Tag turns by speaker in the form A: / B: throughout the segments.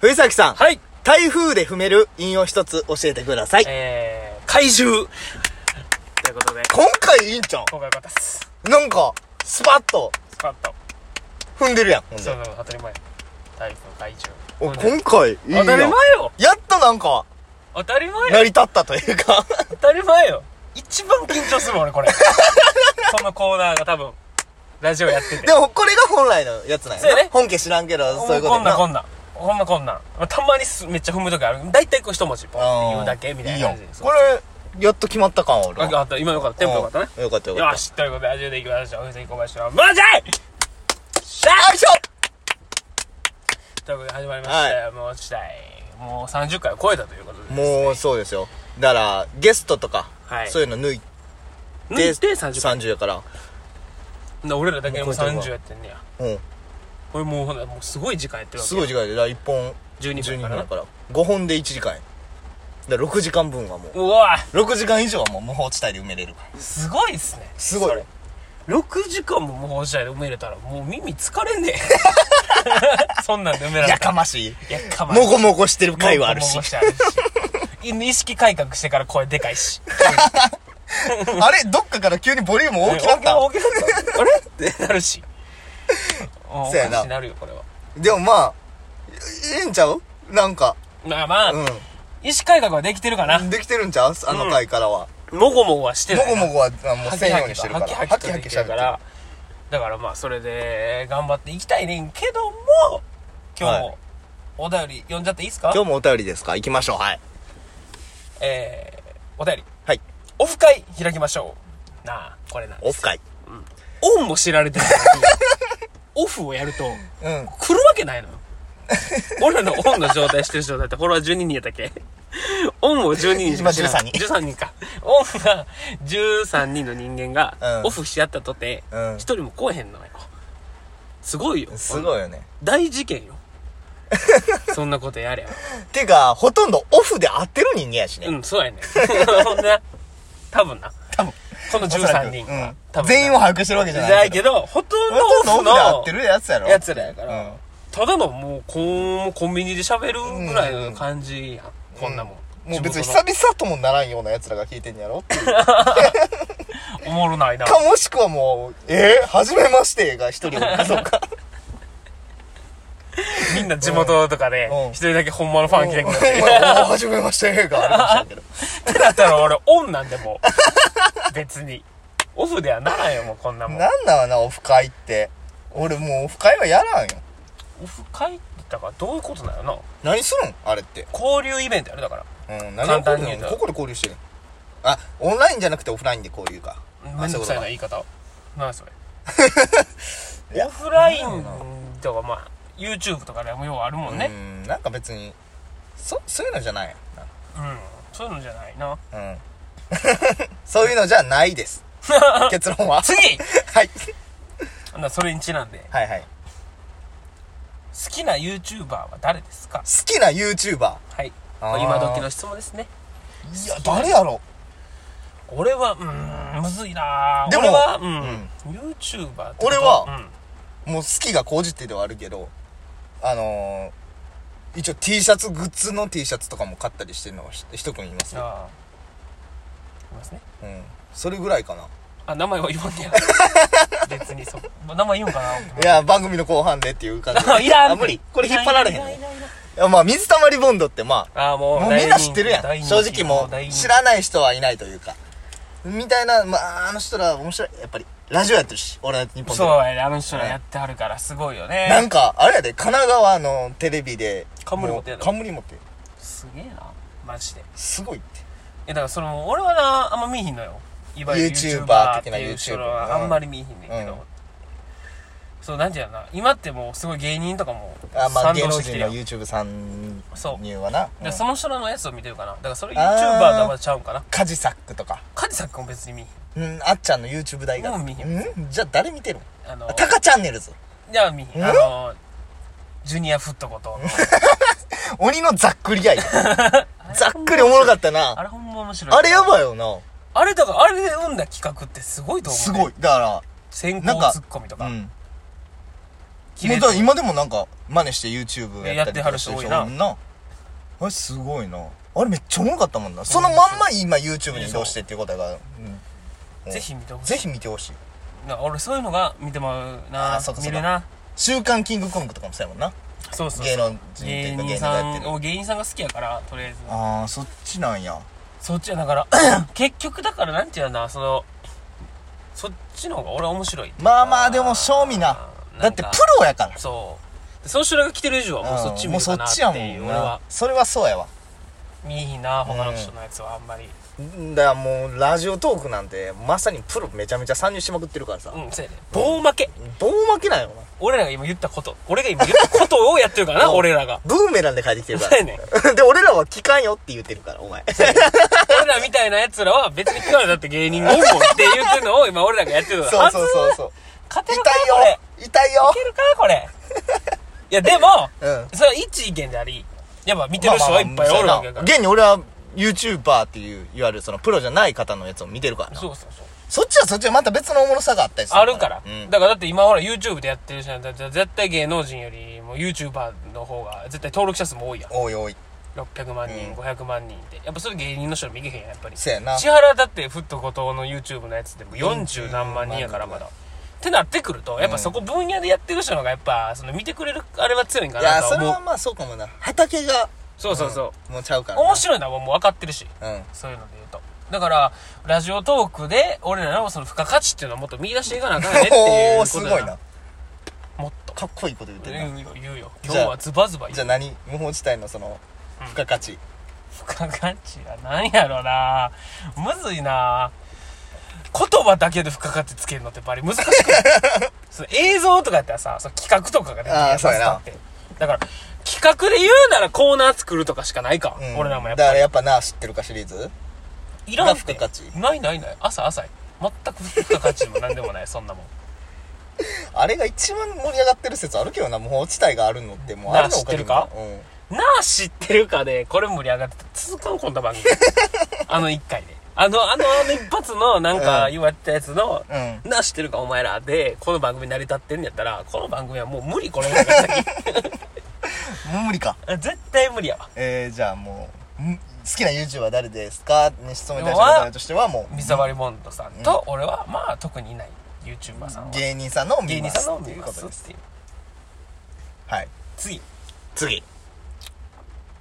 A: 藤崎さん。
B: はい。
A: 台風で踏める韻を一つ教えてください。
B: えー、怪獣。ということで、
A: 今回いいんちゃ
B: 今回は私、ス
A: うなんか、スパッと
B: パッと。
A: 踏んでるやん。ほんで
B: そうそう、当たり前。タイプ、怪獣。
A: お
B: ほんで
A: 今回いいや
B: 当
A: ん。
B: たり前よ
A: やっとなんか、
B: 当たり前
A: 成り
B: よ
A: 立ったという か。
B: 当たり前よ一番緊張するもん、俺、これ。 このコーナーが多分、ラジオやってて。
A: でも、これが本来のやつなん
B: そ
A: や
B: うや
A: ね
B: ね。
A: 本家知らんけど、そういうこと
B: こんなんこ
A: ん
B: んなんこんなんこんなんまあたまにすめっちゃ踏む時ある大体こう一文字ポンって言うだけみたいな感じ
A: いい
B: で
A: やん
B: そう
A: これ、やっと決まった感あるわ。
B: ああった今よかったテンポよかったね
A: うんよかったよかった。
B: よしということで始めていきましょう藤井小林はマジしゃ
A: よいしょ
B: ということで始まりました、
A: は
B: もう時代もう30回を超えたということで
A: もう、そうですよ。だから、ゲストとか
B: は、い
A: そういうの抜いて
B: うで30回
A: 30やから。
B: な俺らだけでも
A: も
B: う
A: う超えてるわ
B: 30やってんねや
A: うん。
B: これもうほんならもうすごい時間やってるわけ
A: すごい時間やで。だから1本
B: 12
A: 12
B: 分
A: 分
B: か
A: や
B: らな
A: から。5本で1時間や。だから6時間分はもう。
B: うわ
A: 6時間以上はもう無法地帯で埋めれる。
B: すごいっすね
A: すごい
B: それ6時間ももう時代で埋めれたらもう耳疲れんね そんなんで埋められ
A: や
B: た
A: からましい。
B: いやかま
A: もごもごしてる回はあるし
B: も。ももしてあるし意識改革してから声でかいし
A: あれどっかから急にボリューム 大きかった
B: 大きなったあれってなるしお
A: そうやな
B: おかしなるよこれは
A: でもまあ、いいいんちゃうなんか、
B: まあまあ、
A: う
B: 意識改革はできてるかな、
A: ん。できてるんちゃうあの回からは。
B: もごもごはしてな
A: もご
B: い
A: もごはあもう
B: は
A: せ
B: き
A: んよ
B: は
A: うに
B: き
A: してる
B: と
A: から。
B: はきはきとできてるからだからまあそれで頑張っていきたいねんけども今日
A: は
B: もお便り読んじゃっていいですか
A: 今日もお便りですか行きましょう。はい。
B: えー、お便り
A: はい。
B: オフ会開きましょうなあこれな
A: オフ会。
B: オンも知られてるから オフをやると
A: うん。
B: 来るわけないのよ俺らのオンの状態してる状態ってフォロワー12人やったっけオンを12人しか知らない
A: 今
B: 13人かオンが13人の人間が
A: うん
B: オフし合ったとて
A: うん
B: 一人も来えへんのよすごいよ
A: すごいよね。
B: 大事 件よそんなことやれよ
A: ていうか、ほとんどオフで会ってる人間やしね。
B: うんそうやねほん で多分な
A: 多分。
B: この13人が、
A: うん
B: 多分
A: 全員を把握してるわけじ
B: じ
A: ゃ
B: ゃ
A: な
B: ないい
A: け
B: け
A: ど。
B: どほとんど
A: ほとんど
B: オ
A: オ
B: フ
A: フで会ってる
B: の
A: やつやろ。
B: やつらやか
A: う
B: ら
A: ん。
B: ただのもうこんコンビニで喋るぐらいの感じやん、こんなもん
A: もう別に
B: 地
A: 久
B: 元
A: 々ともならんような奴らが聞いてんやろっていう
B: のおもろないな
A: か、もしくはもう、えー、初めましてが一人おるか そうか。
B: みんな地元とかで
A: うん
B: 一人だけほんまのファン来てく
A: お
B: れて
A: 前お 初めましてがありましたけど。
B: ってなったら俺オンなんでもう別にオフではならんよもうこんなも ん
A: なんなのな、オフ会って。俺もうオフ会はやらんよ。
B: オフ会ってだからどういうことなのな
A: 何するんあれって。
B: 交流イベントやるだから
A: うん、何を
B: 簡単
A: 交
B: に
A: 流
B: 言うと
A: ここで交流してるあ、オンラインじゃなくてオフラインで交流か。
B: めんどくさいな
A: あ
B: 言い方何それ
A: いや
B: オフラインとかまあ YouTube とかでもようあるも
A: そうんだう
B: ね
A: ん、なんか別に、そ、そういうのじゃない。
B: うん、そういうのじゃないな
A: うん。そういうのじゃない です。結論は。
B: 次
A: はい。
B: ほなそれにちなんで好
A: はいはい。好
B: きな YouTuber は誰ですか
A: きな YouTuber。
B: はい
A: あー
B: 今時の質問ですね
A: いや、誰やろ
B: 俺はうーんむずいな
A: でも
B: 俺はうん、YouTuber ってこと
A: 俺は、もう好きが高じてではあるけど、あのー、一応 T シャツ、グッズの T シャツとかも買ったりしてるのはひ一組います
B: うん、
A: よ。
B: あーいますね
A: うん。それぐらいかな。
B: あ名前は言わん ねや別にそう名前言うんか
A: いや、番組の後半でっていう感じ
B: な。いらん
A: あ無理。これ引っ張られへん
B: い
A: ね。
B: い
A: い
B: らいらいら
A: や、まあ、水溜りボンドってまあ、
B: あーもう
A: もうみんな知ってるやん正直もう知ら
B: ん
A: ない人はいないというかみたいな、まあ、あの人ら面白いやっぱりラジオやってるし俺は日本で
B: そうやねあの人らやってはるからすごいよ
A: な
B: ね
A: んかあれやで神奈川のテレビで
B: 冠持ってやろ
A: もう冠持って
B: すげえなマジで
A: すごいって
B: えだからその俺はなあんま見えひんのよいわゆる
A: YouTuber 的な
B: YouTuber っていう人ら
A: YouTuber
B: はあんまり見えひんねんけど、
A: うん
B: そうなんていうのな今ってもうすごい芸人とかも
A: あまあ
B: 賛
A: 芸
B: 同
A: 能
B: してき
A: 人
B: てるや
A: の
B: ん、だ
A: YouTube さん
B: そう
A: にはな
B: からその人らのやつを見てるかなだからそれ YouTuber と
A: あー
B: はまたちゃうんかな
A: カジサックとか、
B: カジサックも別に見え
A: うん、あっちゃんの YouTube 大学
B: もう見へん
A: んじゃあ誰見てるん
B: ひんあの
A: タカチャンネルズ
B: じゃあ見えひんあのジュニアフットこと
A: 鬼のざっくりやいざっくりおもろかった
B: あ
A: な
B: れほんま面白い
A: あれやばいよな
B: あれだからあれで生んだ企画ってすごいと思う、ね、
A: すごいだから
B: 先
A: なん
B: 行
A: か
B: ツッコミとか
A: うん
B: キ
A: も
B: レ
A: う
B: と
A: だから
B: か
A: 今でもなんか、真似して YouTube やったりとかしてる人
B: やっては
A: お
B: る
A: んなあれすごいなあれめっちゃおもろかったもんなそのまんま今 YouTube に移動してっていうことやから、うん
B: ぜひ見てほしい
A: ぜひ見てほしい
B: な俺そういうのが見てまうな
A: あーそうかそう
B: 見
A: か
B: るな
A: 「週刊キングコング」とかもそうやもんな
B: そうそうそう
A: 芸能人ってい
B: 芸
A: うか芸人
B: 人
A: がや
B: さ
A: って
B: ん
A: る
B: を芸人さんが好きやからとりあえず
A: ああそっちなんや
B: そっちはだから 結局だからなんていうのかなそのそっちの方が俺は面白いっていうか
A: まあまあでも賞味な
B: なんか
A: だってプロやから
B: そうでその人らが来てる以上はもうそっち見るか
A: ん
B: なっていう、
A: もうそっちやもん
B: 俺は
A: なそれはそうやわ
B: 見えひんな他の人のやつはあんまり
A: だからもうラジオトークなんてまさにプロめちゃめちゃ参入しまくってるからさ、
B: うんそうやね棒負け
A: 棒負けなんよな
B: 俺らが今言ったこと俺が今言ったことをやってるからな
A: うん
B: 俺らが
A: ブーメランで帰ってきてるか
B: そうやねん
A: らで俺らは聞かんよって言ってるからお前
B: 俺らみたいなやつらは別に今日だって芸人がおんもんって言ってるのを今俺らがやってるの
A: そうそうそうそう
B: 勝て
A: 痛い
B: るかこれ
A: よ痛いよ
B: いけるかこれいやでも、
A: うん
B: それは一意見でありやっぱ見てる人はいっぱいおるわけやから、
A: 現に俺は YouTuber っていういわゆるそのプロじゃない方のやつを見てるからな
B: そうそうそう
A: そっちはそっちはまた別のおもろさがあったりする
B: あるから、
A: うん
B: だからだって今ほら YouTube でやってる人なんて絶対芸能人よりも YouTuber の方が絶対登録者数も多いやん
A: おいおい
B: 600万人、
A: うん
B: 500万人ってやっぱそれ芸人の人見えへんやんやっぱり
A: せやな
B: 千原だってフット後藤の YouTube のやつでも40
A: 40
B: 何万人やから
A: 万人
B: まだってなってくるとやっぱそこ分野でやってる人の方がやっぱその見てくれるあれは強いんか
A: い
B: な
A: や
B: と
A: そ
B: は
A: れ
B: 思う
A: はまあそうかもな畑が
B: そうそうそう、
A: うんもうちゃうからな
B: 面白いのはもう分かってるし
A: うん
B: そういうので言うとだからラジオトークで俺らのその付加価値っていうのをもっと見出していかなあかんねって
A: お
B: いうこ
A: ーす
B: と
A: ご
B: だ
A: いな
B: もっと
A: かっこいいこと言ってるな
B: 言うよ言うよ今
A: じゃあ
B: 日はズバズバ
A: じゃ
B: 言
A: あ
B: う
A: 何無法地帯のその付加価値、
B: 付加価値は何やろなむずいな言葉だけで付加価値つけるのってやっぱり難しくない その映像とかやったらさその企画とかができる
A: あーそうやな
B: だってだから企画で言うならコーナー作るとかしかないか、
A: うん
B: 俺らもやっ
A: だ
B: ぱ
A: から
B: り
A: やっぱな知ってるかシリーズ
B: いらんって
A: 付加価値
B: ないないない朝朝い全く付加価値も何でもないそんなもん
A: あれが一番盛り上がってる説あるけどな無法地帯があるのってもうあるのおげで
B: なあ知っ
A: うん
B: なあ知ってるかで、これ盛り上がってた続かんこん な番組あの一回であのあのあの一発のなんか
A: うん
B: 言われたやつの、
A: う
B: なあ知ってるかお前らでこの番組成り立ってんのやったらこの番組はもう無理これか ら先
A: 無理か
B: 絶対無理やわ
A: えー、じゃあもうん好きな YouTuber 誰ですかに質問に対し
B: うわ
A: て答えとしてはもう
B: 水溜りボンドさんと、俺はまあ特にいない YouTuber さんは
A: 芸人さんのを
B: 芸
A: 見
B: 人
A: ます
B: さんの
A: って
B: 見
A: いう
B: ま
A: こ
B: す
A: と
B: っ
A: です
B: ていう
A: はい
B: 次
A: 次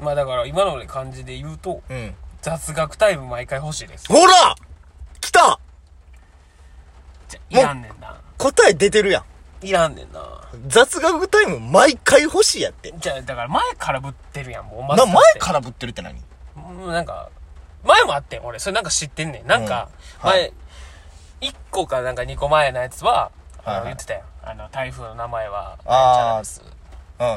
B: まあだから今の感じで言うと
A: うん
B: 雑学タイム毎回欲しいです
A: ほら来た
B: じゃいらんねんな
A: 答え出てるやん
B: いらんねんな
A: 雑学タイム毎回欲しいやって
B: じゃあだから前からぶってるやんもうま
A: な前
B: ら
A: からぶってるって何
B: うんなんか、前もあってん、俺。それなんか知ってんねん。なんか、
A: うんはい
B: 前、1個かなんか2個前のやつは、
A: はい
B: あ
A: は
B: の
A: い
B: 言ってたよ。あの、台風の名前は、
A: あー
B: ちゃらです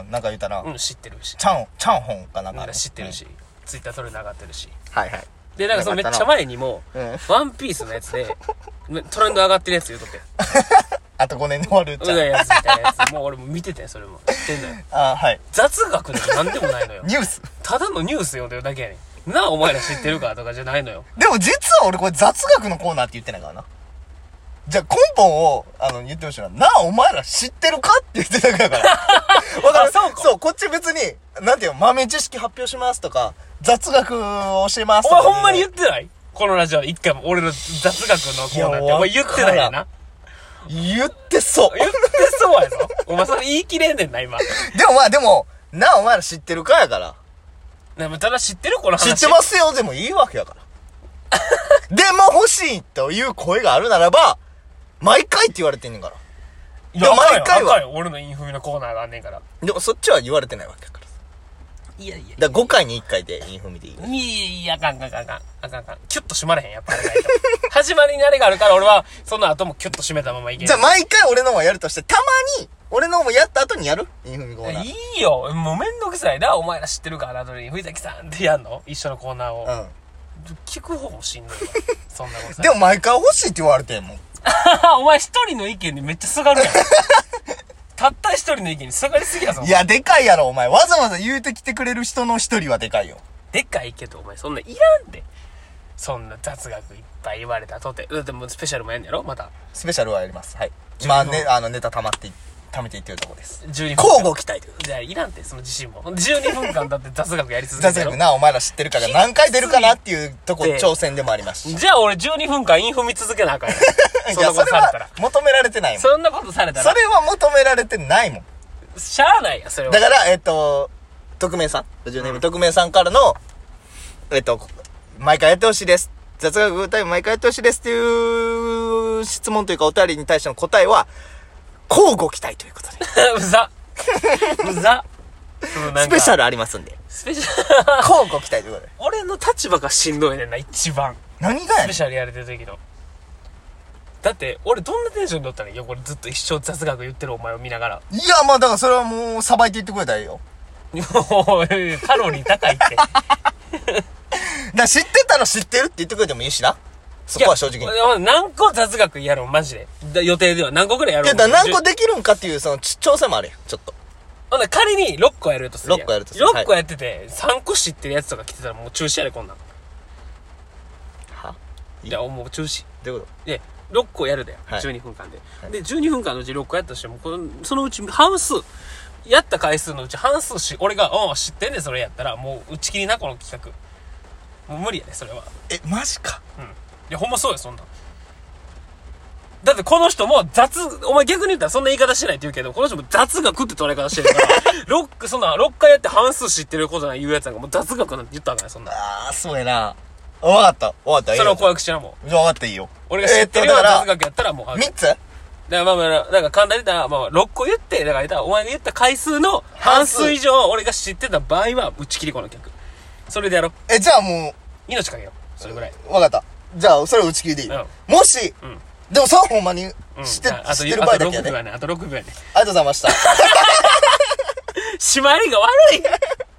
A: うんなんか言ったら、
B: うん、知ってるし。
A: チャンチャンホンかなん
B: な
A: か
B: んか知ってるし。ツイッターそれ流ってるし。
A: はいはい
B: で、なんかそのめ
A: な
B: っ
A: かった
B: ち
A: な
B: ゃ前にも、
A: うん
B: ワンピースのやつで、トレンド上がってるやつ言うとって。
A: あと5年で終わる
B: う
A: じゃ
B: ざ
A: ん
B: いやつみたいな やつ。もう俺も見ててん、それも。知ってんのよ。
A: あはい
B: 雑学でも何でもないのよ。
A: ニュース
B: ただのニュース読んでるだけやねん。なあ、お前ら知ってるかとかじゃないのよ。
A: でも実は俺これ雑学のコーナーって言ってないからなじゃあ根本をあの言ってほしいななあお前ら知ってるかって言ってた からわかる
B: あそうか
A: こっち別になんていうの豆知識発表しますとか雑学を教えます
B: お
A: とか
B: 前ほんまに言ってないこのラジオで一回も俺の雑学のコーナーってお前言ってないよな。
A: 言ってそ
B: 言ってそうやぞ。お前それ言い切れんねんな、今。
A: うでもまあでもなあお前ら知ってるかやから
B: でもただ知ってるこの
A: 知
B: 話。
A: ってますよでもいいわけやから でも欲しいという声があるならば毎回って言われてんねんから
B: いや、
A: でも
B: 毎
A: 毎
B: 回
A: 回は
B: は。俺のインフミのコーナーがあんねんから。
A: でもそっちは言われてないわけだから。
B: いやいや。
A: だから5回に1回でインフミでいい。
B: いや、あかんあかんあかん。あかんあかん。キュッと締まれへん、やっぱり。始まりにあれがあるから俺は、その後もキュッと締めたままいける。
A: じゃあ毎回俺のもやるとして、たまに俺のもやった後にやるインフミコーナー。
B: いいよ。もうめんどくさいな。お前ら知ってるかなのに、藤崎さんってやんの一緒のコーナーを。
A: う
B: 聞く方もしんどいわ。そんなことさ
A: ん。でも毎回欲しいって言われてんもん。
B: お前一人の意見にめっちゃすが るやん。たった一人の意見にすがりすぎやぞ。
A: いや、でかいやろ、お前。わざわざ言うてきてくれる人の一人はでかいよ。
B: でっかいけど、お前そんなんいらんで。そんな雑学いっぱい言われたとて。だってもうスペシャルもやんやろまた。
A: スペシャルはやります。はい。まあね、あの、ネタ溜まってい貯めていってるとこです。
B: 12分間
A: 交互期待という
B: じゃあいらんてその自信も12分間だって雑学やり続け
A: 雑
B: てる
A: 学な、お前ら知ってるから何回出るかなっていうとこ挑戦でもありますし。い
B: じゃあ俺12分間インフ見続けなあかんよ そんな
A: や、
B: こ
A: そ
B: と
A: れ
B: された
A: は
B: ら
A: 求められてないもん。そ
B: そんなことされたら
A: れは求められてないもん。
B: しゃあないやそれは
A: だから、えっと、匿名さん、ラジオネーム匿名さんからの、えっと、毎回やってほしいです。雑学グータイム毎回やってほしいですっていう質問というかお便りに対しての答えは、交互期待ということで。
B: うざ。う ざ。
A: スペシャ
B: ル。
A: ルありますんで。
B: スペシャル。
A: 交互期待ということで。
B: 俺の立場がしんどいねんな、一番。
A: 何が
B: ス
A: や
B: ペ
A: ねん
B: シャルやれてる時の。だって、俺どんなテンションだったらいいよ、これずっと一生雑学言ってるお前を見ながら。
A: いや、まあだからそれはもう、さばいていってくれたらいいよ。
B: もう、カロリー高いって。
A: だから知ってたら知ってるって言ってくれてもいいしな。 そこは正直に。
B: いや何個雑学やろう、マジで。だ予定では何個くらいや
A: い
B: ろ
A: や、
B: う。
A: だから何個できるんかっていう、その、ち調査もあるやん。ちょっと。
B: ほんなら仮に6個やるとするん。
A: 六個やるとす
B: す
A: る
B: 6個やってて、3個知ってるやつとか来てたらもう中止やで、こんなん。
A: はい
B: や、もう中止。
A: どういうこ
B: で6個やるだよ、
A: はい
B: 12分間で、
A: はい
B: で12分間のうち6個やったとしてもこのそのうち半数やった回数のうち半数し俺が「うん知ってんねんそれ」やったらもう打ち切りなこの企画もう無理やねそれは
A: とえ、マジか。
B: うんいやほんまそうよそんなんだってこの人も雑お前逆に言ったらそんな言い方してないって言うけどこの人も雑学って捉え方してるから ロックそんな6回やって半数知ってることない言うやつなんかもう雑学なんて言ったわけないそんな
A: あー、そうやな。わかった。わかった。
B: それを
A: いいよ
B: 怖くしなもん
A: わかった、いいよ。
B: 俺が知ってるような
A: えーっ
B: 雑
A: とだか
B: 学やったらもうアウ
A: ら、
B: ト
A: 3つ
B: だからまあまあ、だから簡単に言ったら、まあまあ、6個言って、だから言ったら、お前が言った回数の半数以上、俺が知ってた場合は、打ち切りこの曲。それでやろう。
A: え、じゃあも
B: 命かけよう。それぐらい。
A: う、わかった。じゃあ、それを打ち切りでいい。
B: うん
A: もし、
B: ん
A: でもそれはほんまに
B: うん。
A: 知って,、
B: ああ
A: 知
B: と、あ
A: ってる場合
B: と
A: だ
B: 6
A: けや
B: 秒
A: ね。
B: やね。あと6秒やね。
A: ありがとうございました。
B: 締まりが悪い